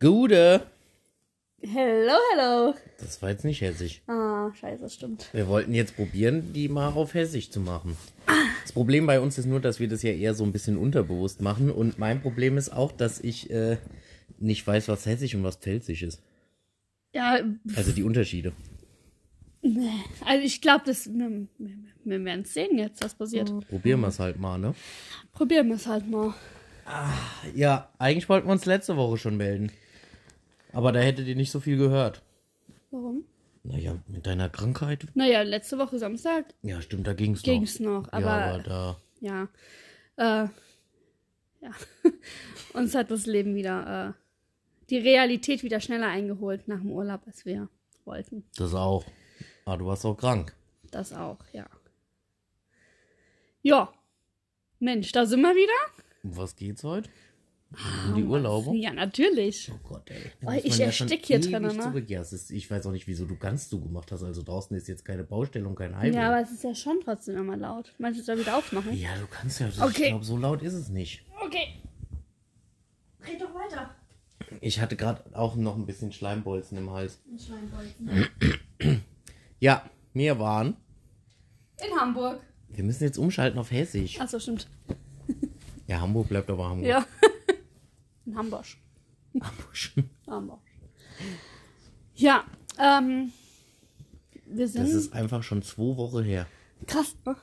Gude. Hello, hello. Das war jetzt nicht hessig. Ah, scheiße, stimmt. Wir wollten jetzt probieren, die mal auf hessig zu machen. Das Problem bei uns ist nur, dass wir das ja eher so ein bisschen unterbewusst machen. Und mein Problem ist auch, dass ich äh, nicht weiß, was hessisch und was pfälzisch ist. Ja, Also die Unterschiede. also ich glaube, das wir, wir- wir werden sehen jetzt, was passiert. Probieren wir es halt mal, ne? Probieren wir es halt mal. Ja, eigentlich wollten wir uns letzte Woche schon melden. Aber da hättet ihr nicht so viel gehört. Warum? Naja, mit deiner Krankheit. Naja, letzte Woche Samstag Ja, stimmt, da ging's noch. ging es noch, ja, aber aber da. ja. Äh, ja. Uns hat das Leben wieder, äh, die Realität wieder schneller eingeholt nach dem Urlaub, als wir wollten. Das auch. Ah, du warst auch krank. Das auch, ja. Ja. Mensch, da sind wir wieder. Um was geht's heute? Um die Urlaube? Ja, natürlich. Oh Gott, ey. Oh, ich erstick hier drinnen, ne? Ne? Ja, es ist, ich weiß auch nicht, wieso du ganz zugemacht hast. Also draußen ist jetzt keine Baustelle und kein Highway. Ja, aber es ist ja schon trotzdem immer laut. Meinst du, soll ich wieder aufmachen? Ja, du kannst ja. also Ich Okay. glaube, so laut ist es nicht. Okay. Red doch weiter. Ich hatte gerade auch noch ein bisschen Schleimbolzen im Hals. Ja, wir waren. In Hamburg. Wir müssen jetzt umschalten auf Hessisch. Achso, stimmt. Ja, Hamburg bleibt aber Hamburg. Ja. In Hamburg. Hamburg. Hamburg. Ja, ähm. Wir sind. Das ist einfach schon zwei Wochen her. krass. ne?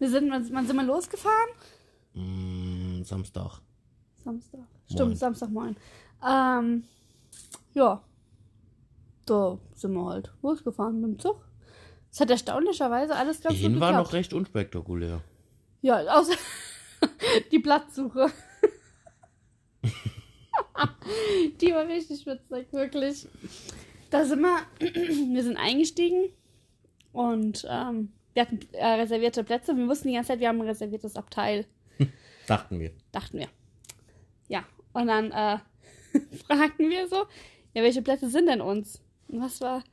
Wir sind, wann wann sind wir losgefahren? Mm, Samstag. Samstag. Stimmt, Samstagmorgen. Ähm, ja. Da sind wir halt losgefahren mit dem Zug. Es hat erstaunlicherweise alles ganz Hin gut war geklappt. noch recht unspektakulär. Ja, außer die Platzsuche. die war richtig witzig, wirklich. Da sind wir, wir sind eingestiegen und ähm, wir hatten äh, reservierte Plätze. Wir wussten die ganze Zeit, wir haben ein reserviertes Abteil Dachten wir. dachten wir. Ja, und dann äh, fragten wir so, ja, welche Plätze sind denn uns? Und was war?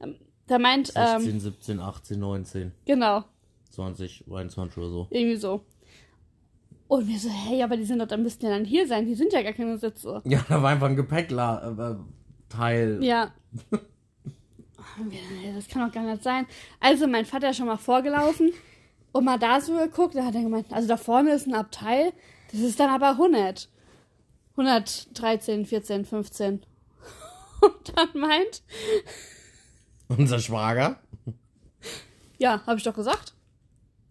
Ähm, da meint, 16, ähm, 17, 18, 19, genau, 20, 21 oder so. irgendwie so. Und wir so, hey, aber die sind doch, da müssten ja dann hier sein, die sind ja gar keine Sitze. Ja, da war einfach ein äh, Gepäckteil. Ja. Und wir, hey, Das kann doch gar nicht sein. Also, mein Vater ist schon mal vorgelaufen und mal da so geguckt. Da hat er gemeint, also da vorne ist ein Abteil, das ist dann aber 100. 113, 14, 15. Und dann meint, Unser Schwager. ja, habe ich doch gesagt.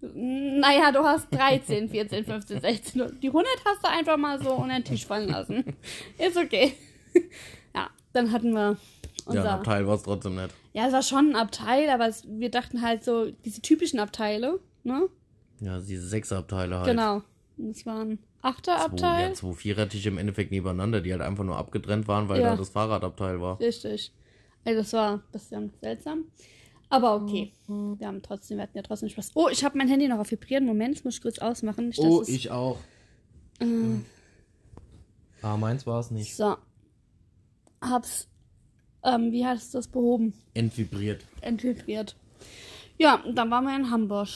Naja, du hast 13, 14, 15, 16. Und Die 100 hast du einfach mal so unter den Tisch fallen lassen. Ist okay. Ja, dann hatten wir unser. Ja, ein Abteil war es trotzdem nicht. Ja, es war schon ein Abteil, aber es, wir dachten halt so, diese typischen Abteile, ne? Ja, diese sechs Abteile halt. Genau. Und es war ein Zwei, Achterabteil. ja, zwei Vierertische im Endeffekt nebeneinander, die halt einfach nur abgetrennt waren, weil Ja. da das Fahrradabteil war. Richtig. Also das war ein bisschen seltsam. Aber okay. Wir haben trotzdem, wir hatten ja trotzdem Spaß. Oh, ich habe mein Handy noch auf Vibrieren. Moment, das muss ich kurz ausmachen. Nicht, dass es- Oh, auch. Ah, meins war es nicht. So. Hab's. Ähm, wie heißt das behoben? Entvibriert. Entfiltriert. Ja, und dann waren wir in Hamburg.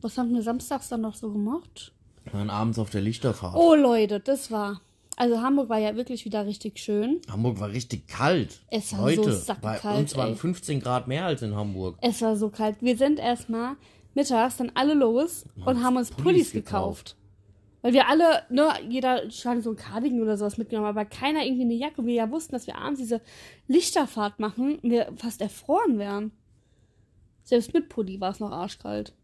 Was haben wir samstags dann noch so gemacht? Wir waren abends auf der Lichterfahrt. Oh Leute, das war. Also Hamburg war ja wirklich wieder richtig schön. Hamburg war richtig kalt. Es war Leute, so bei sackkalt, uns waren ey. 15 Grad mehr als in Hamburg. Es war so kalt. Wir sind erstmal mittags dann alle los und haben uns Pullis Pullis gekauft. Weil wir alle, ne, jeder schon so ein Cardigan oder sowas mitgenommen, aber keiner irgendwie eine Jacke. Wir ja wussten, dass wir abends diese Lichterfahrt machen und wir fast erfroren wären. Selbst mit Pulli war es noch arschkalt.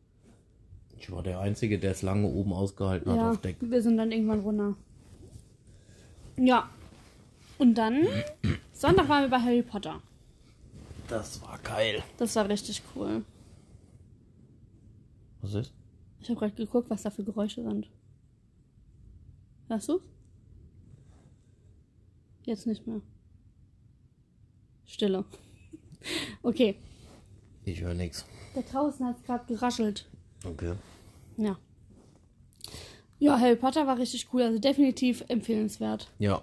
Ich war der Einzige, der es lange oben ausgehalten hat Ja, auf Deck. wir sind dann irgendwann runter. Ja. Und dann, Sonntag waren wir bei Harry Potter. Das war geil. Das war richtig cool. Was ist? Ich habe gerade geguckt, was da für Geräusche sind. Hörst du? Jetzt nicht mehr. Stille. Okay. Ich höre nichts. Da draußen hat es gerade geraschelt. Okay. Ja. Ja, Harry Potter war richtig cool. Also definitiv empfehlenswert. Ja.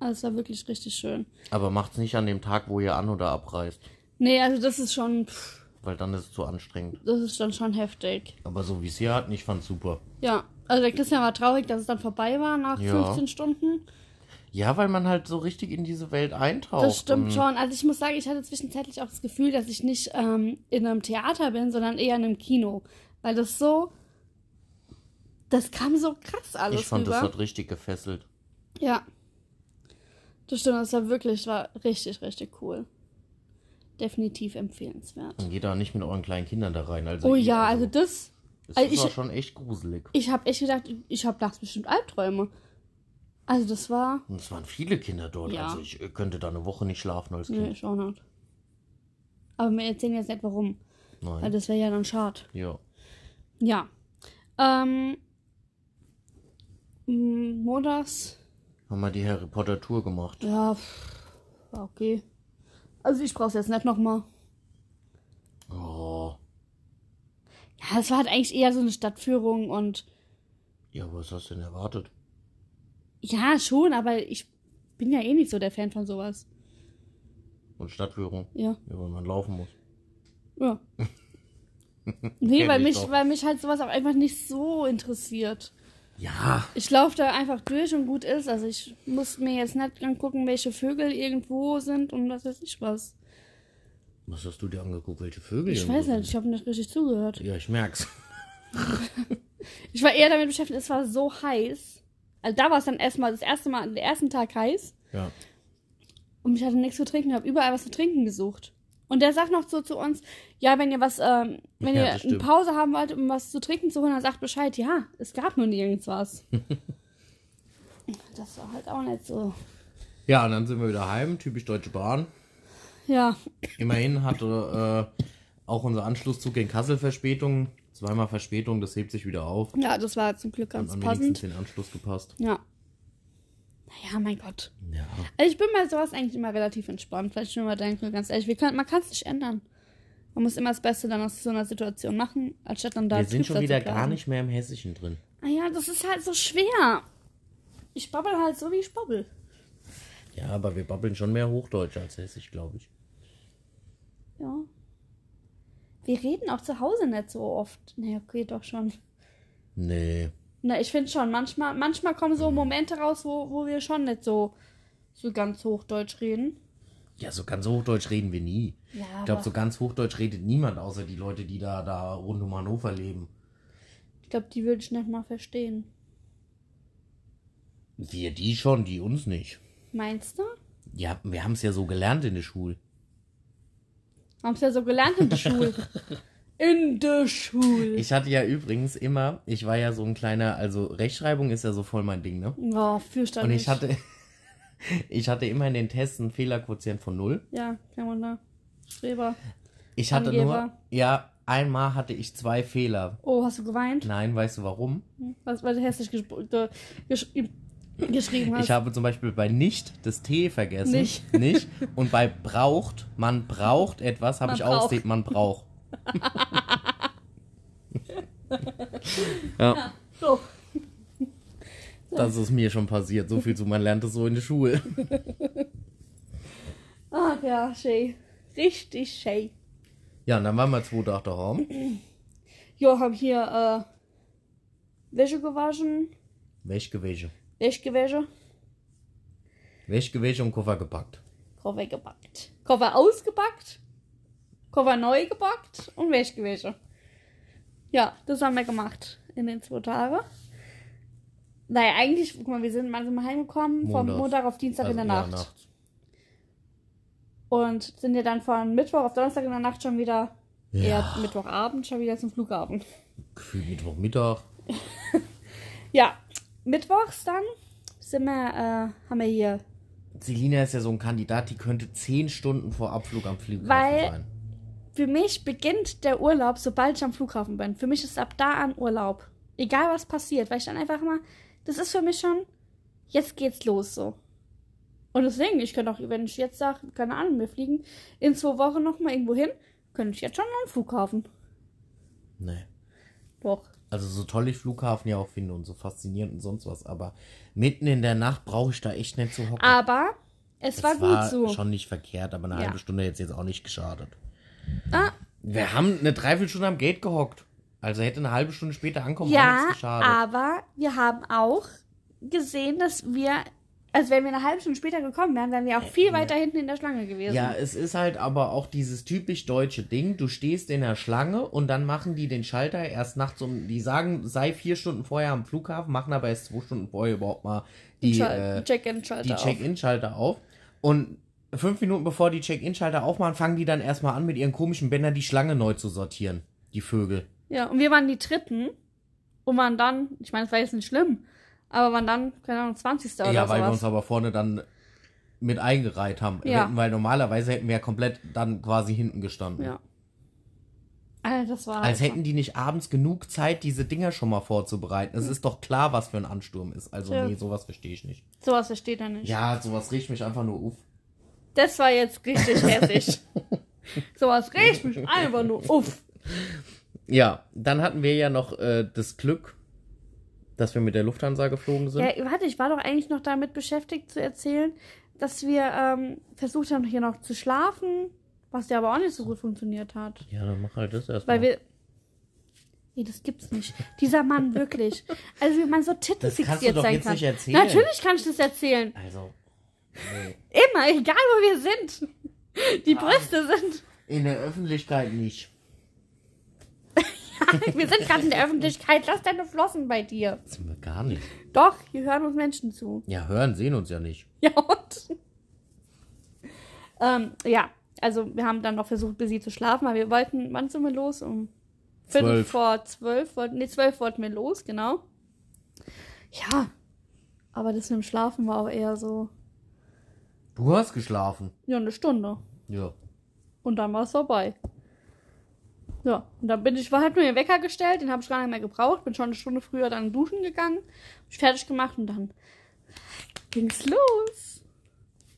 Also es war wirklich richtig schön. Aber macht's nicht an dem Tag, wo ihr an- oder abreist. Nee, also das ist schon, pff, Weil dann ist es zu anstrengend. das ist dann schon heftig. Aber so wie es hier hatten, ich fand's super. Ja, also der Christian war traurig, dass es dann vorbei war nach Ja. 15 Stunden. Ja, weil man halt so richtig in diese Welt eintaucht. Das stimmt und- schon. Also ich muss sagen, ich hatte zwischenzeitlich auch das Gefühl, dass ich nicht ähm, in einem Theater bin, sondern eher in einem Kino. Weil das so. Das kam so krass alles Ich fand, rüber. das hat richtig gefesselt. Ja. Das stimmt, das war wirklich, war richtig, richtig cool. Definitiv empfehlenswert. Dann geht da nicht mit euren kleinen Kindern da rein. Also Oh ihr- ja, also das. das also ist ich- auch schon echt gruselig. Ich habe echt gedacht, ich habe nachts bestimmt Albträume. Also das war. Und es waren viele Kinder dort. Ja. Also ich äh, könnte da eine Woche nicht schlafen als Nee, Kind. ich auch nicht. Aber wir erzählen jetzt nicht warum. Weil Nein. das wäre ja dann schade. Ja. Ja. Ähm. m, Montags. Haben wir die Harry Potter Tour gemacht. Ja, pff, war okay. Also ich brauch's jetzt nicht nochmal. Oh. Ja, es war halt eigentlich eher so eine Stadtführung und Ja, was hast du denn erwartet? Ja, schon, aber ich bin ja eh nicht so der Fan von sowas. Und Stadtführung, Ja, über man laufen muss. ja. nee, Kenn weil ich mich, doch. weil mich halt sowas auch einfach nicht so interessiert. Ja. Ich laufe da einfach durch und gut ist. Also ich muss mir jetzt nicht angucken, welche Vögel irgendwo sind und was weiß ich was. Was hast du dir angeguckt? Welche Vögel? Ich hier weiß sind? nicht, ich habe nicht richtig zugehört. Ja, ich merk's. Ich war eher damit beschäftigt, es war so heiß. Also da war es dann erstmal das erste Mal, den ersten Tag heiß. Ja. Und ich hatte nichts zu trinken, habe überall was zu trinken gesucht. Und der sagt noch so zu uns, ja, wenn ihr was, ähm, wenn Ja, ihr das eine stimmt. Pause haben wollt, um was zu trinken zu holen, dann sagt Bescheid, ja, es gab nur nirgends was. das war halt auch nicht so. Ja, und dann sind wir wieder heim, typisch Deutsche Bahn. Ja, Immerhin hatte äh, auch unser Anschlusszug in Kassel Verspätung. Zweimal Verspätung, das hebt sich wieder auf. ja, das war zum Glück Hat ganz am passend. wenigsten den Anschluss gepasst. Ja. Naja, mein Gott. Ja. Also ich bin bei sowas eigentlich immer relativ entspannt. Vielleicht schon mal denken, ganz ehrlich, wir können, man kann es nicht ändern. Man muss immer das Beste dann aus so einer Situation machen, anstatt dann da Wir sind trüb da schon zu wieder bleiben. gar nicht mehr im Hessischen drin. Ah ja, das ist halt so schwer. Ich babbel halt so, wie ich babbel. Ja, aber wir babbeln schon mehr Hochdeutsch als Hessisch, glaube ich. Ja. Wir reden auch zu Hause nicht so oft. Nee, okay, doch schon. Nee. Na, ich finde schon, manchmal, manchmal kommen so Momente raus, wo, wo wir schon nicht so, so ganz hochdeutsch reden. Ja, so ganz Hochdeutsch reden wir nie. Ja, ich glaube, aber- so ganz Hochdeutsch redet niemand, außer die Leute, die da, da rund um Hannover leben. Ich glaube, die würde ich nicht mal verstehen. Wir die schon, die uns nicht. Meinst du? Ja, wir haben es ja so gelernt in der Schule. Haben's ja so gelernt in der Schule. In der Schule. Ich hatte ja übrigens immer, ich war ja so ein kleiner, also Rechtschreibung ist ja so voll mein Ding, ne? Oh, Und fürchterlich. ich hatte, ich hatte immer in den Tests einen Fehlerquotient von null. Ja, kein Wunder. Streber. Ich hatte nur, Angeber. ja, einmal hatte ich zwei Fehler. Oh, hast du geweint? Nein, weißt du warum? Was, weil du hässlich gespr- ge geschri geschrieben hast. Ich habe zum Beispiel bei nicht das T vergessen. Nicht. Nicht. Und bei braucht, man braucht etwas, habe Man ich auch braucht. steht, man braucht. ja, so. das ist mir schon passiert. So viel zu, man lernt es so in der Schule. Ach Ah, ja, schön. Richtig schön. Ja, und dann waren wir zwei Tage daheim. Jo, hab hier äh, Wäsche gewaschen, Wäsch gewäsche. Wäsche gewäsche, Wäsch gewäsche und Koffer gepackt. Koffer gepackt. Koffer ausgepackt, Koffer neu gepackt und Wäsche gewäsche. Ja, das haben wir gemacht in den zwei Tagen. Naja, eigentlich, guck mal, wir sind langsam heimgekommen, Montags. vom Montag auf Dienstag in der Also, ja, Nacht. Und sind ja dann von Mittwoch auf Donnerstag in der Nacht schon wieder, eher Mittwochabend, schon wieder zum Flughafen. Gefühlt Mittwochmittag. Ja, mittwochs dann sind wir, äh, haben wir hier. Selina ist ja so ein Kandidat, die könnte zehn Stunden vor Abflug am Flughafen Weil- sein. Für mich beginnt der Urlaub, sobald ich am Flughafen bin. Für mich ist ab da an Urlaub. Egal was passiert, weil ich dann einfach mal, das ist für mich schon, jetzt geht's los so. Und deswegen, ich könnte auch, wenn ich jetzt sage, keine Ahnung, wir fliegen in zwei Wochen nochmal irgendwo hin, könnte ich jetzt schon an den Flughafen. Nee. Doch. Also so toll ich Flughafen ja auch finde und so faszinierend und sonst was, aber mitten in der Nacht brauche ich da echt nicht zu hocken. Aber es Das Ah, war gut so. schon nicht verkehrt, aber eine Ja. halbe Stunde hätte jetzt auch nicht geschadet. Ah, Wir haben eine Dreiviertelstunde am Gate gehockt. Also hätte eine halbe Stunde später ankommen, auch Ja, nichts geschadet. aber wir haben auch gesehen, dass wir, Also wenn wir eine halbe Stunde später gekommen wären, wären wir auch viel weiter hinten in der Schlange gewesen. Ja, es ist halt aber auch dieses typisch deutsche Ding. Du stehst in der Schlange und dann machen die den Schalter erst nachts um. Die sagen, sei vier Stunden vorher am Flughafen, machen aber erst zwei Stunden vorher überhaupt mal die, äh, Schal- die Check-in-Schalter auf. Check-in-Schalter auf. Und fünf Minuten bevor die Check-in-Schalter aufmachen, fangen die dann erstmal an, mit ihren komischen Bändern die Schlange neu zu sortieren. Die Vögel. Ja, und wir waren die Dritten und waren dann, ich meine, es war jetzt nicht schlimm, aber waren dann, keine Ahnung, 20. oder ja, weil wir uns sowas. aber vorne dann mit eingereiht haben. Ja. Wir hätten, weil normalerweise hätten wir ja komplett dann quasi hinten gestanden. ja. Alter, das war... Als hätten die nicht abends genug Zeit, diese Dinger schon mal vorzubereiten. Es ist doch klar, was für ein Ansturm ist. Also Hm. Ja. nee, sowas verstehe ich nicht. sowas versteht er nicht. Ja, sowas riecht mich einfach nur auf. Das war jetzt richtig hässlich. sowas riecht mich einfach nur uff. Ja, dann hatten wir ja noch äh, das Glück, dass wir mit der Lufthansa geflogen sind. Ja, warte, ich war doch eigentlich noch damit beschäftigt zu erzählen, dass wir ähm, versucht haben, hier noch zu schlafen, was ja aber auch nicht so gut funktioniert hat. Ja, dann mach halt das erstmal. Weil wir. Nee, das gibt's nicht. Dieser Mann, wirklich. Also, wie man so Das kannst tittenfixiert du doch sein jetzt kann. nicht erzählen. Natürlich kann ich das erzählen. also. Nee. Immer, egal wo wir sind. Die Ah. Brüste sind. In der Öffentlichkeit nicht. Wir sind gerade in der Öffentlichkeit. Lass deine Flossen bei dir. Das sind wir gar nicht. Doch, hier hören uns Menschen zu. Ja, hören, sehen uns ja nicht. Ja, und? ähm, ja, also wir haben dann noch versucht, bis sie zu schlafen, weil wir wollten, wann sind wir los? Um Viertel Zwölf. vor zwölf, wollten, nee, zwölf wollten wir los, genau. Ja, aber das mit dem Schlafen war auch eher so, Du hast geschlafen. ja, eine Stunde. Ja. Und dann war es vorbei. Ja, und dann bin ich, war halt nur den Wecker gestellt, den habe ich gar nicht mehr gebraucht, bin schon eine Stunde früher dann duschen gegangen, hab mich fertig gemacht und dann ging's los.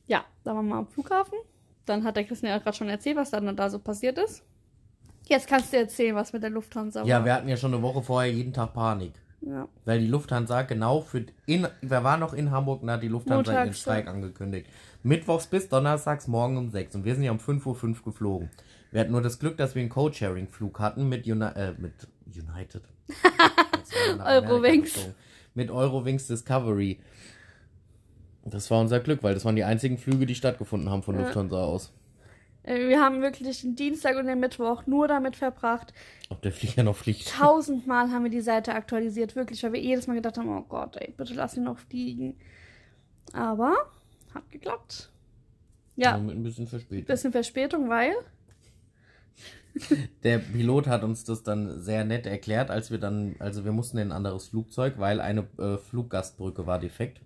Ja, da waren wir am Flughafen. Dann hat der Christian ja gerade schon erzählt, was dann da so passiert ist. Jetzt kannst du erzählen, was mit der Lufthansa Ja, war. wir hatten ja schon eine Woche vorher jeden Tag Panik. Ja, Weil die Lufthansa genau für in, wir waren noch in Hamburg und hat die Lufthansa ihren Montags, Streik angekündigt. Mittwochs bis donnerstags morgen um 6 und wir sind ja um 5.05 Uhr geflogen. Wir hatten nur das Glück, dass wir einen Code-Sharing-Flug hatten mit, Uni äh, mit United. Jetzt waren wir nach Amerika Eurowings. geflogen. Mit Eurowings Discovery. Das war unser Glück, weil das waren die einzigen Flüge, die stattgefunden haben von Lufthansa aus. Äh, wir haben wirklich den Dienstag und den Mittwoch nur damit verbracht. Ob der Flieger noch fliegt. Tausendmal haben wir die Seite aktualisiert, wirklich, weil wir jedes Mal gedacht haben, oh Gott, ey, bitte lass ihn noch fliegen. Aber hat geklappt. Ja, Nur Mit ein bisschen Verspätung. bisschen Verspätung, weil Der Pilot hat uns das dann sehr nett erklärt, als wir dann, also wir mussten in ein anderes Flugzeug, weil eine äh, Fluggastbrücke war defekt.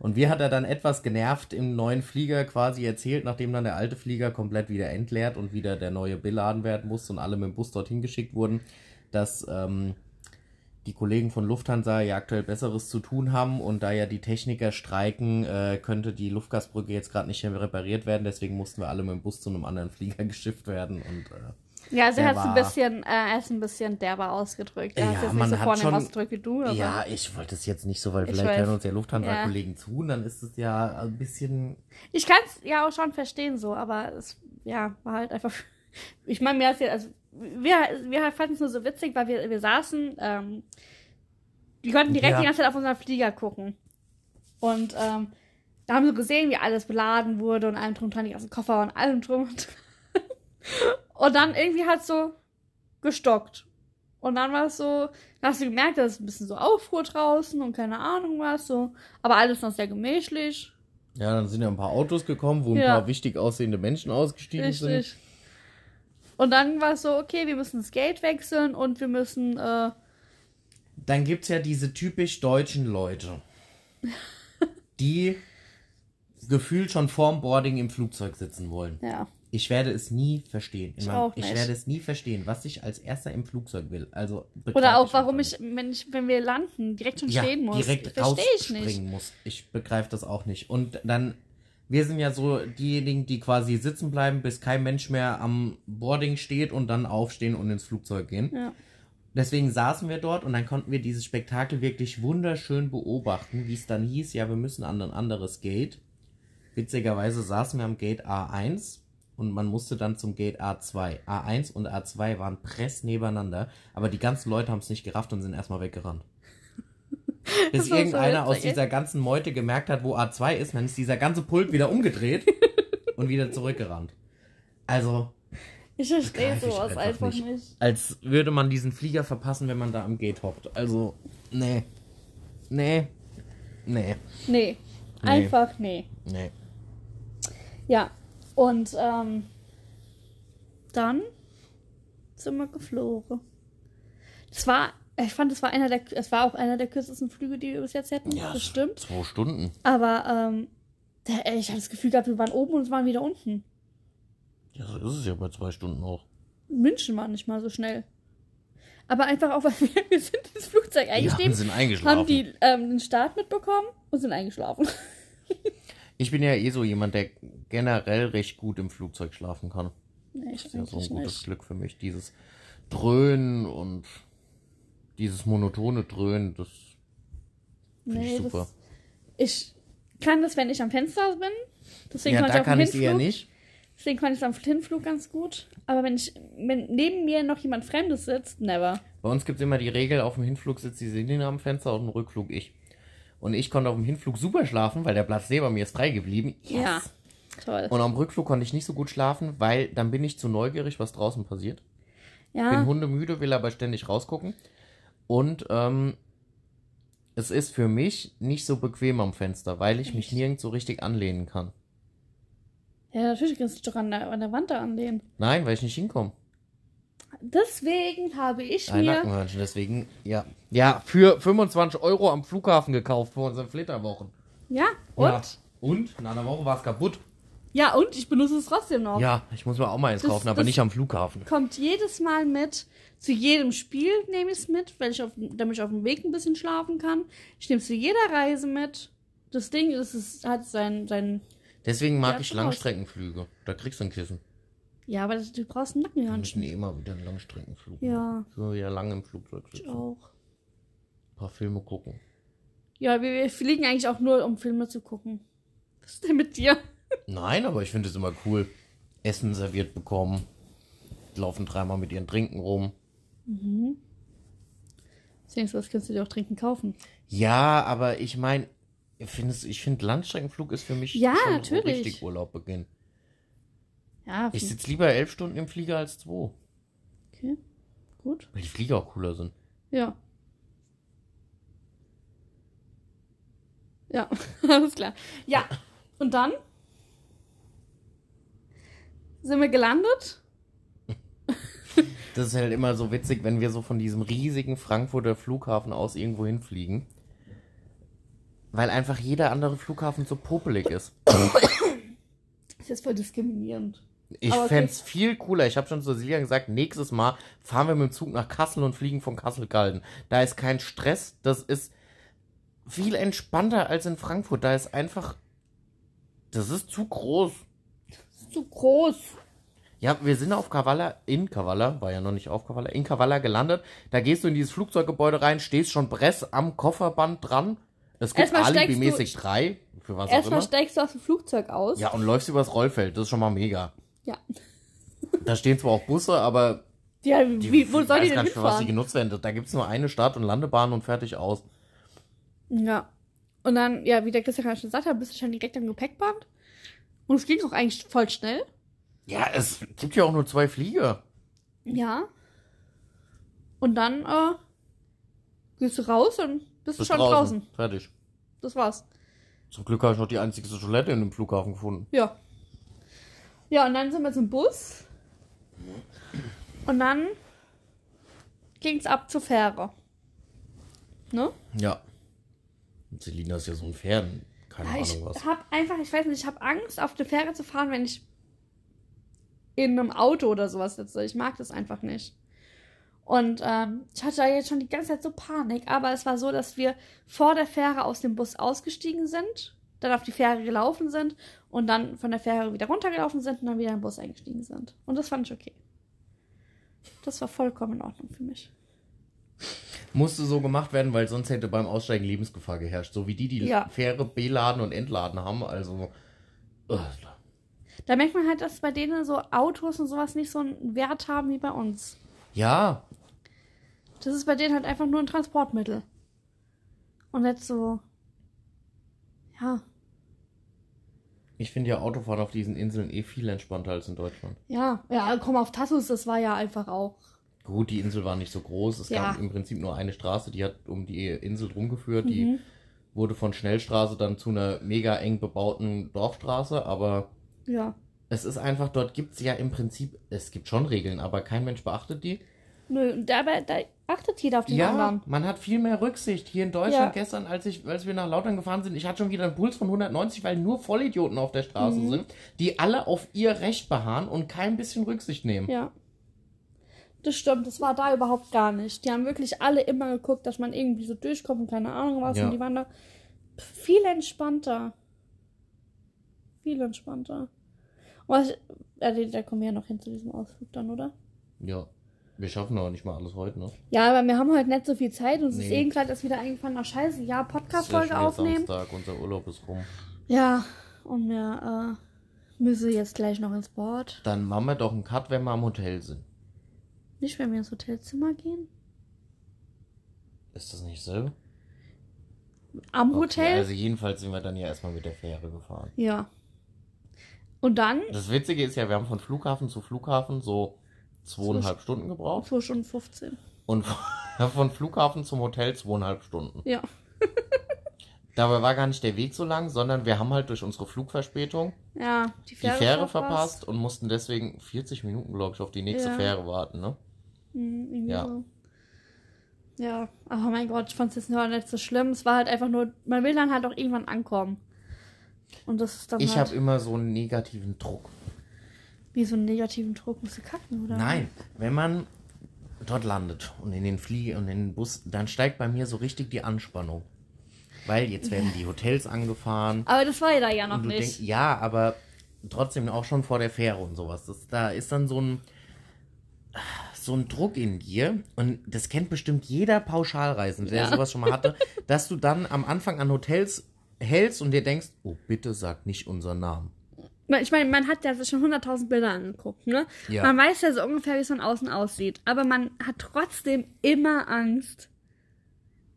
Und wir hat er dann etwas genervt im neuen Flieger quasi erzählt, nachdem dann der alte Flieger komplett wieder entleert und wieder der neue beladen werden musste und alle mit dem Bus dorthin geschickt wurden, dass ähm, die Kollegen von Lufthansa ja aktuell Besseres zu tun haben und da ja die Techniker streiken, äh, könnte die Luftgasbrücke jetzt gerade nicht mehr repariert werden, deswegen mussten wir alle mit dem Bus zu einem anderen Flieger geschifft werden und äh, ja, also er Der hat es ein war- bisschen, äh, er ist ein bisschen derber ausgedrückt. Er Ja, hat es jetzt man nicht hat so vornehm schon- ausgedrückt wie du, aber Ja, ich wollte es jetzt nicht so, weil Ich vielleicht weiß. hören uns ja Lufthansa-Kollegen Lufthansa-Kollegen zu und dann ist es ja ein bisschen. ich kann es ja auch schon verstehen so, aber es ja war halt einfach. Ich meine, mir ist ja also wir wir fanden es nur so witzig, weil wir wir saßen, ähm, wir konnten direkt Ja. die ganze Zeit auf unseren Flieger gucken und ähm, da haben wir gesehen, wie alles beladen wurde und allem drum und dran, die ganzen Koffer und allem drum und dran. Und dann irgendwie hat so gestockt. Und dann war es so, dann hast du gemerkt, dass es ein bisschen so Aufruhr draußen und keine Ahnung was so. Aber alles noch sehr gemächlich. Ja, dann sind ja ein paar Autos gekommen, wo ein Ja. paar wichtig aussehende Menschen ausgestiegen sind. Richtig. Und dann war es so, okay, wir müssen das Gate wechseln und wir müssen, äh, Dann gibt's ja diese typisch deutschen Leute, die gefühlt schon vorm Boarding im Flugzeug sitzen wollen. ja. Ich werde es nie verstehen. Ich auch ich nicht. werde es nie verstehen, was ich als erster im Flugzeug will. Also begreife Oder auch, einfach warum nicht. ich wenn, ich, wenn wir landen, direkt schon ja, stehen muss. direkt Verstehe ich rausspringen nicht. muss. Ich begreife das auch nicht. Und dann, wir sind ja so diejenigen, die quasi sitzen bleiben, bis kein Mensch mehr am Boarding steht und dann aufstehen und ins Flugzeug gehen. Ja. Deswegen saßen wir dort und dann konnten wir dieses Spektakel wirklich wunderschön beobachten, wie es dann hieß, ja, wir müssen an ein anderes Gate. Witzigerweise saßen wir am Gate A1 und man musste dann zum Gate A2. A1 und A2 waren press nebeneinander, aber die ganzen Leute haben es nicht gerafft und sind erstmal weggerannt. bis war so irgendeiner aus witzig, ey. dieser ganzen Meute gemerkt hat, wo A2 ist, und dann ist dieser ganze Pult wieder umgedreht und wieder zurückgerannt. Also, Ich verstehe Begreif ich sowas einfach einfach nicht. nicht. als würde man diesen Flieger verpassen, wenn man da am Gate hockt. Also, nee. Nee. Nee. Nee. Nee. Einfach nee. Nee. Ja. Und ähm, dann sind wir geflogen. Das war, ich fand, es war einer der, es war auch einer der kürzesten Flüge, die wir bis jetzt hätten. Ja, bestimmt. Zwei Stunden. Aber ähm, der- ey, ich hatte das Gefühl gehabt, wir waren oben und waren wieder unten. Ja, so ist es ja bei zwei Stunden auch. München war nicht mal so schnell. Aber einfach auch, weil wir, wir sind ins Flugzeug eingestiegen, sind haben eingeschlafen. die ähm, den Start mitbekommen und sind eingeschlafen. Ich bin ja eh so jemand, der generell recht gut im Flugzeug schlafen kann. Nee, Das ist ja so ein eigentlich gutes nicht. Glück für mich. Dieses Dröhnen und dieses monotone Dröhnen, das finde Nee, ich super. Das, ich kann das, wenn ich am Fenster bin. Deswegen ja, konnte ich da auf dem kann ich sie Hinflug, ja nicht. Deswegen konnte ich es am Hinflug ganz gut. Aber wenn ich wenn neben mir noch jemand Fremdes sitzt, never. Bei uns gibt es immer die Regel, auf dem Hinflug sitzt die Selina am Fenster und im Rückflug ich. Und ich konnte auf dem Hinflug super schlafen, weil der Platz neben mir ist frei geblieben. Yes. Ja. Toll. Und am Rückflug konnte ich nicht so gut schlafen, weil dann bin ich zu neugierig, was draußen passiert. Bin ja. hundemüde, will aber ständig rausgucken. Und ähm, es ist für mich nicht so bequem am Fenster, weil ich mich nirgends so richtig anlehnen kann. ja, natürlich kannst du dich doch an der, an der Wand da anlehnen. Nein, weil ich nicht hinkomme. Deswegen habe ich Ein mir. Nackenhörnchen, deswegen, ja. Ja, für 25 Euro am Flughafen gekauft vor unseren Flitterwochen. Ja, Ja. und? Und? Nach einer Woche war es kaputt. Ja, und ich benutze es trotzdem noch. Ja, ich muss mir auch mal eins Das- kaufen, aber das- nicht am Flughafen. Kommt jedes Mal mit. Zu jedem Spiel nehme ich es mit, weil ich auf, damit ich auf dem Weg ein bisschen schlafen kann. Ich nehme es zu jeder Reise mit. Das Ding ist, es hat sein, sein Deswegen mag Ja, ich schon raus. Langstreckenflüge. Da kriegst du ein Kissen. Ja, aber das, du brauchst einen Wir Nackenhörnchen. müssen eh immer wieder einen Langstreckenflug. Ja. So ja lange im Flugzeug Ich sitzen. auch. Ein paar Filme gucken. Ja, wir, wir fliegen eigentlich auch nur, um Filme zu gucken. Was ist denn mit dir? Nein, aber ich finde es immer cool. Essen serviert bekommen. Laufen dreimal mit ihren Trinken rum. Deswegen, was kannst du dir auch trinken kaufen. Ja, aber ich meine, findest ich finde Landstreckenflug ist für mich Ja, schon so natürlich. Hm. richtig Urlaub beginnen. Ja, Ich sitze lieber elf Stunden im Flieger als zwei, okay. Gut. weil die Flieger auch cooler sind. Ja. Ja, alles klar. Ja, und dann sind wir gelandet. Das ist halt immer so witzig, wenn wir so von diesem riesigen Frankfurter Flughafen aus irgendwo hinfliegen. Weil einfach jeder andere Flughafen so popelig ist. Das ist jetzt voll diskriminierend. Ich Aber fänd's okay. viel cooler. Ich habe schon zu Silja gesagt, nächstes Mal fahren wir mit dem Zug nach Kassel und fliegen von Kassel-Galden. Da ist kein Stress. Das ist viel entspannter als in Frankfurt. Da ist einfach. Das ist zu groß. Das ist zu groß. Ja, wir sind auf Kavala, in Kavala, war ja noch nicht auf Kavala, in Kavala gelandet. Da gehst du in dieses Flugzeuggebäude rein, stehst schon Press am Kofferband dran. Es gibt Erstmal steigst du- alibimäßig drei, für was auch Erstmal immer. steigst du aus dem Flugzeug aus. Ja, und läufst übers Rollfeld. Das ist schon mal mega. ja. Da stehen zwar auch Busse, aber Ja, wie, wo ich soll weiß die gar denn nicht, für was die mitfahren? genutzt werden. Da gibt's nur eine Start- und Landebahn und fertig aus. Ja. Und dann, ja, wie der Christian gerade schon gesagt hat, bist du schon direkt am Gepäckband. Und es ging auch eigentlich voll schnell. Ja, es gibt ja auch nur zwei Flieger. Ja. Und dann, äh, gehst du raus und bist, du Bis schon draußen. Fertig. Das war's. Zum Glück habe ich noch die einzige Toilette in dem Flughafen gefunden. Ja. Ja, und dann sind wir zum Bus. Und dann ging's ab zur Fähre. Ne? Ja. Und Selina ist ja so ein Pferd. Keine Ja, Ahnung was. ich hab einfach, ich weiß nicht, ich habe Angst, auf der Fähre zu fahren, wenn ich in einem Auto oder sowas sitze. Ich mag das einfach nicht. Und ähm, ich hatte da jetzt schon die ganze Zeit so Panik, aber es war so, dass wir vor der Fähre aus dem Bus ausgestiegen sind, dann auf die Fähre gelaufen sind und dann von der Fähre wieder runtergelaufen sind und dann wieder in den Bus eingestiegen sind. Und das fand ich okay. Das war vollkommen in Ordnung für mich. Musste so gemacht werden, weil sonst hätte beim Aussteigen Lebensgefahr geherrscht. So wie die, die Ja. Fähre beladen und entladen haben. Also. äh, Da merkt man halt, dass bei denen so Autos und sowas nicht so einen Wert haben wie bei uns. Ja, Das ist bei denen halt einfach nur ein Transportmittel. Und jetzt so. Ja. Ich finde ja Autofahren auf diesen Inseln eh viel entspannter als in Deutschland. Ja. Ja, komm auf Tassus, das war ja einfach auch. Gut, die Insel war nicht so groß. Es Ja. gab im Prinzip nur eine Straße, die hat um die Insel rumgeführt. Mhm. Die wurde von Schnellstraße dann zu einer mega eng bebauten Dorfstraße. Aber Ja. es ist einfach, dort gibt es ja im Prinzip, es gibt schon Regeln, aber kein Mensch beachtet die. Nö, und dabei da achtet jeder auf den Ja, anderen. man hat viel mehr Rücksicht. Hier in Deutschland Ja. gestern, als, ich, als wir nach Lautern gefahren sind, ich hatte schon wieder einen Puls von 190, weil nur Vollidioten auf der Straße Mhm. sind, die alle auf ihr Recht beharren und kein bisschen Rücksicht nehmen. Ja. Das stimmt, das war da überhaupt gar nicht. Die haben wirklich alle immer geguckt, dass man irgendwie so durchkommt und keine Ahnung was. Ja. Und die waren da viel entspannter. Viel entspannter. Und Was, ja, die- da kommen wir ja noch hin zu diesem Ausflug dann, oder? Ja. Wir schaffen doch nicht mal alles heute, ne? Ja, aber wir haben heute nicht so viel Zeit. Uns ist Nee. eben gerade erst wieder eingefallen, ach scheiße, ja, Ist ja schon Podcast-Folge wieder aufnehmen. Samstag, unser Urlaub ist rum. Ja, und wir äh, müssen jetzt gleich noch ins Board. Dann machen wir doch einen Cut, wenn wir am Hotel sind. Nicht, wenn wir ins Hotelzimmer gehen. Ist das nicht so? Am Okay, Hotel? Also jedenfalls sind wir dann ja erstmal mit der Fähre gefahren. Ja. Und dann? Das Witzige ist ja, wir haben von Flughafen zu Flughafen so zweieinhalb Stunden gebraucht Vor schon 15. und von Flughafen zum Hotel zweieinhalb Stunden. Ja. Dabei war gar nicht der Weg so lang, sondern wir haben halt durch unsere Flugverspätung Ja, die die Fähre, Fähre verpasst. verpasst und mussten deswegen 40 Minuten, glaube ich, auf die nächste Ja. Fähre warten, ne? Hm, irgendwie Ja. So. Ja, aber mein Gott, ich fand es jetzt nur nicht so schlimm. Es war halt einfach nur, man will dann halt auch irgendwann ankommen. Und das ist dann Ich halt habe immer so einen negativen Druck. wie so einen negativen Druck, musst du kacken, oder? Nein, wenn man dort landet und in den Flie und in den Bus, dann steigt bei mir so richtig die Anspannung. Weil jetzt werden die Hotels angefahren. Aber das war ja da ja noch Und du nicht. denkst, ja, aber trotzdem auch schon vor der Fähre und sowas. Das, da ist dann so ein, so ein Druck in dir. Und das kennt bestimmt jeder Pauschalreisende, der Ja. sowas schon mal hatte, dass du dann am Anfang an Hotels hältst und dir denkst, oh, bitte sag nicht unseren Namen. Man- Ich meine, man hat ja sich schon 100.000 Bilder angeguckt, ne? Ja. Man weiß ja so ungefähr, wie es von außen aussieht. Aber man hat trotzdem immer Angst,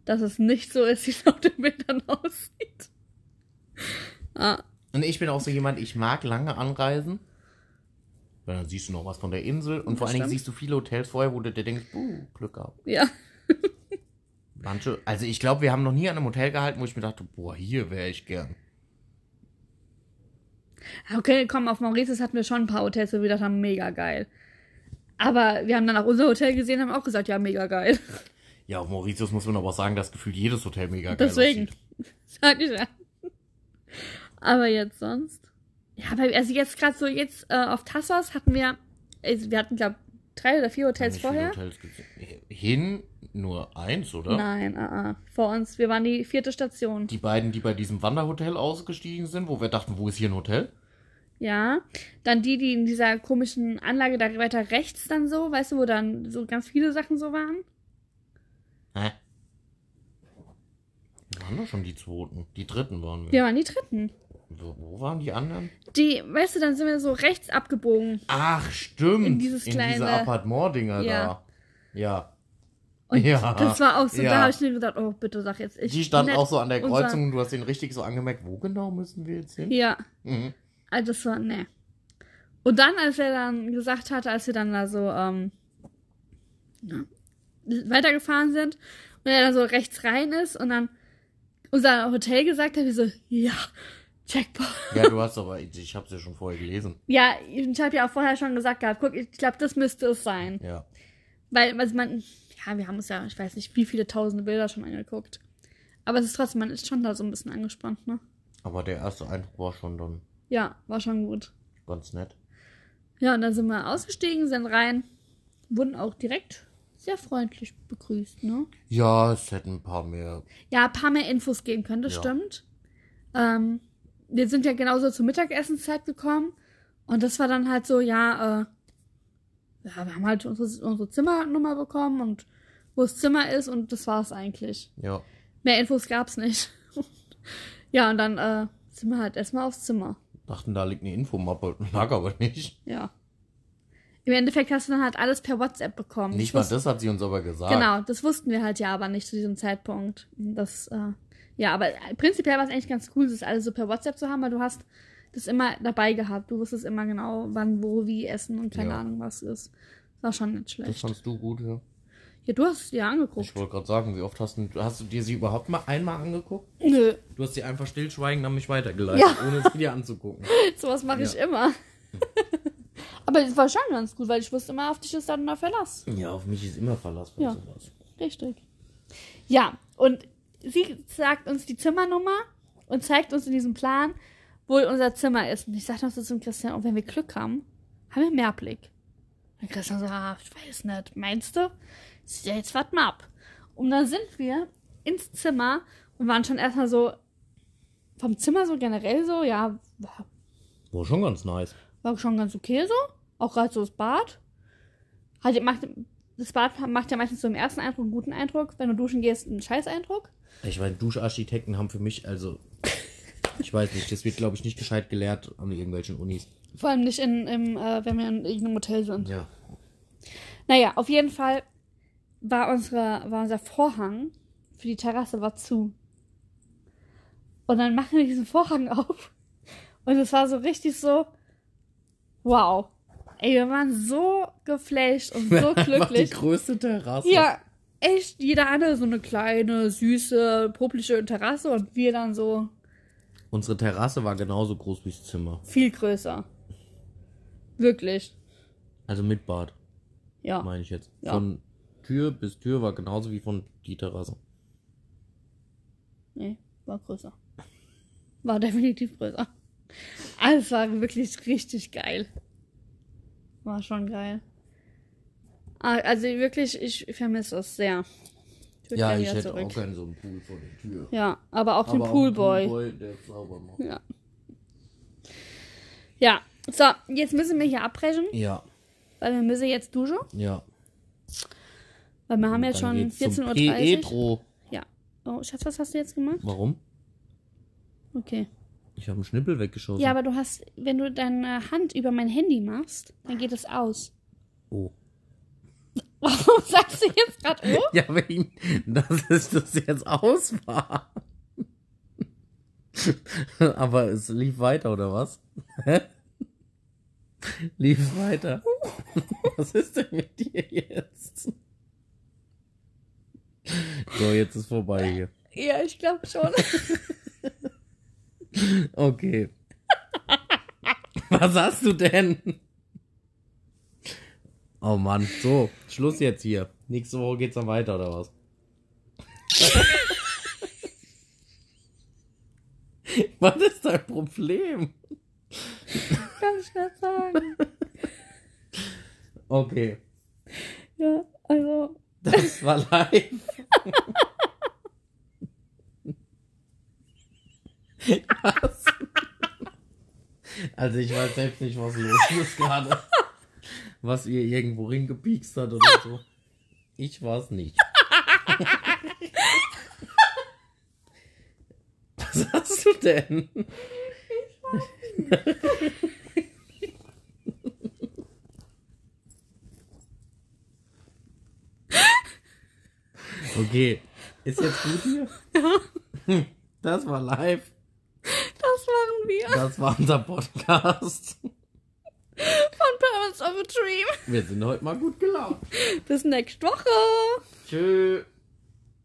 dass es nicht so ist, wie es auf den Bildern aussieht. Ah, Und ich bin auch so jemand, ich mag lange anreisen. Weil dann siehst du noch was von der Insel. Und vor Das allen Dingen stimmt. siehst du viele Hotels vorher, wo du dir denkst, uh, Glück gehabt. ja. Manche, also ich glaube, wir haben noch nie an einem Hotel gehalten, wo ich mir dachte, boah, hier wäre ich gern. Okay, komm, auf Mauritius hatten wir schon ein paar Hotels, wo wir gedacht haben, mega geil. Aber wir haben dann auch unser Hotel gesehen und haben auch gesagt, ja, mega geil. Ja, auf Mauritius muss man aber auch sagen, das gefühlt jedes Hotel mega geil Deswegen, aussieht. sag ich ja. Aber jetzt sonst? Ja, aber also jetzt gerade so, jetzt äh, auf Tassos hatten wir, also wir hatten, glaube drei oder vier Haben Hotels nicht viele vorher. Hotels gesehen. Hin nur eins, oder? Nein, ah, ah. vor uns, wir waren die vierte Station. Die beiden, die bei diesem Wanderhotel ausgestiegen sind, wo wir dachten, wo ist hier ein Hotel? Ja, dann die, die in dieser komischen Anlage da weiter rechts dann so, weißt du, wo dann so ganz viele Sachen so waren. Hä? Wir waren doch schon die zweiten. Die dritten waren wir. Wir waren die dritten. Wo, wo waren die anderen? Die, weißt du, dann sind wir so rechts abgebogen. Ach, stimmt. In dieses kleine- diese Appartement-Dinger Ja. da. Ja. Und Ja. das war auch so, Ah, Ja. da habe ich mir gedacht, oh, bitte sag jetzt ich. Die stand bin auch nicht so an der unser- Kreuzung und du hast den richtig so angemerkt, wo genau müssen wir jetzt hin? Ja, Mhm. also das war, ne. Und dann, als er dann gesagt hatte, als wir dann da so ähm, ja, weitergefahren sind und er dann so rechts rein ist und dann unser Hotel gesagt hat, wir so, ja, Checkpoint. Ja, du hast aber, ich hab's ja schon vorher gelesen. Ja, ich habe ja auch vorher schon gesagt gehabt, guck, ich glaube, das müsste es sein. Ja. Weil, also man, ja, wir haben uns ja, ich weiß nicht, wie viele tausende Bilder schon angeguckt. Aber es ist trotzdem, man ist schon da so ein bisschen angespannt, ne? Aber der erste Eindruck war schon dann Ja, war schon gut. ganz nett. Ja, und dann sind wir ausgestiegen, sind rein, wurden auch direkt sehr freundlich begrüßt, ne? Ja, es hätten ein paar mehr. Ja, ein paar mehr Infos geben können, das Ja. stimmt. Ähm, wir sind ja genauso zur Mittagessenszeit gekommen und das war dann halt so, ja, äh, ja, wir haben halt unsere, unsere Zimmernummer bekommen und wo das Zimmer ist und das war's eigentlich. Ja. Mehr Infos gab's nicht. ja, und dann äh, sind wir halt erstmal aufs Zimmer. Dachten, da liegt eine Infomappe. Lag aber nicht. Ja. Im Endeffekt hast du dann halt alles per WhatsApp bekommen. Nicht Ich mal wusste- das hat sie uns aber gesagt. Genau, das wussten wir halt ja aber nicht zu diesem Zeitpunkt. Das, äh, ja, aber prinzipiell war es eigentlich ganz cool, das alles so per WhatsApp zu haben, weil du hast das immer dabei gehabt. Du wusstest immer genau, wann, wo, wie essen und keine Ja. Ahnung, was ist. Das war schon nicht Das schlecht. fandst du gut, ja. Ja, du hast dir angeguckt. Ich wollte gerade sagen, wie oft hast du, hast du dir sie überhaupt mal einmal angeguckt? Nö, Du hast sie einfach stillschweigend an mich weitergeleitet, Ja. ohne es dir anzugucken. sowas mache ich Ja. immer. aber das war schon ganz gut, weil ich wusste immer, auf dich ist dann da Verlass. Ja, auf mich ist immer Verlass bei Ja. sowas. Richtig. Ja, und sie sagt uns die Zimmernummer und zeigt uns in diesem Plan, wo unser Zimmer ist. Und ich sage noch so zum Christian, und wenn wir Glück haben, haben wir mehr Blick. Und Christian so, ah, ich weiß nicht, meinst du? Ich so, Ja, jetzt warten wir ab. Und dann sind wir ins Zimmer und waren schon erstmal so, vom Zimmer so generell so, ja, war, War schon ganz nice. war schon ganz okay so. Auch gerade so das Bad. Hat, macht, das Bad macht ja meistens so im ersten Eindruck einen guten Eindruck. Wenn du duschen gehst, einen Scheiß-Eindruck. Ich meine, Duscharchitekten haben für mich, also, ich weiß nicht, das wird, glaube ich, nicht gescheit gelehrt an irgendwelchen Unis. Vor allem nicht, in, im, äh, wenn wir in irgendeinem Hotel sind. Ja. Naja, auf jeden Fall war, unsere, war unser Vorhang für die Terrasse war zu. Und dann machen wir diesen Vorhang auf. Und es war so richtig so, wow. Ey, wir waren so geflasht und so Einfach die glücklich. größte Terrasse. Ja, echt, jeder hatte so eine kleine, süße, publische Terrasse und wir dann so Unsere Terrasse war genauso groß wie das Zimmer. viel größer. Wirklich. Also mit Bad, Ja. meine ich jetzt. Ja. Von Tür bis Tür war genauso wie von die Terrasse. Nee, war größer. War definitiv größer. Alles war wirklich richtig geil. War schon geil. Ah, Also wirklich, ich vermisse es sehr. Ich würd ja, gern ich wieder hätte auch gerne so einen Pool vor der Tür. Ja, aber auch Aber den auch einen Poolboy. Poolboy, der es sauber macht. Ja. Ja, so, jetzt müssen wir hier abbrechen, Ja, weil wir müssen jetzt duschen. ja. Weil wir haben Und jetzt dann schon geht's zum 14.30 Uhr. Pietro. Ja. Oh, Schatz, was hast du jetzt gemacht? Warum? Okay. Ich habe einen Schnippel weggeschossen. Ja, aber du hast, wenn du deine Hand über mein Handy machst, dann geht es aus. oh. Warum sagst du jetzt gerade oh? Ja, wegen, dass es das jetzt aus war. Aber es lief weiter, oder was? Hä? lief weiter. was ist denn mit dir jetzt? So, jetzt ist vorbei hier. Ja, ich glaube schon. Okay. Was hast du denn? Oh Mann, so, Schluss jetzt hier. Nächste Woche geht's dann weiter, oder was? was ist dein Problem? Kann ich nicht sagen. Okay, Ja, also. das war live. was? Also ich weiß selbst nicht, was los ist gerade. Was ihr irgendwo ringepiekst hat oder so. Ich war's nicht. Was hast du denn? Okay. Ist jetzt gut hier? Das war live. Das machen wir Das war unser Podcast. von Parents of a Dream. Wir sind heute mal gut gelaunt. Bis nächste Woche. Tschüss.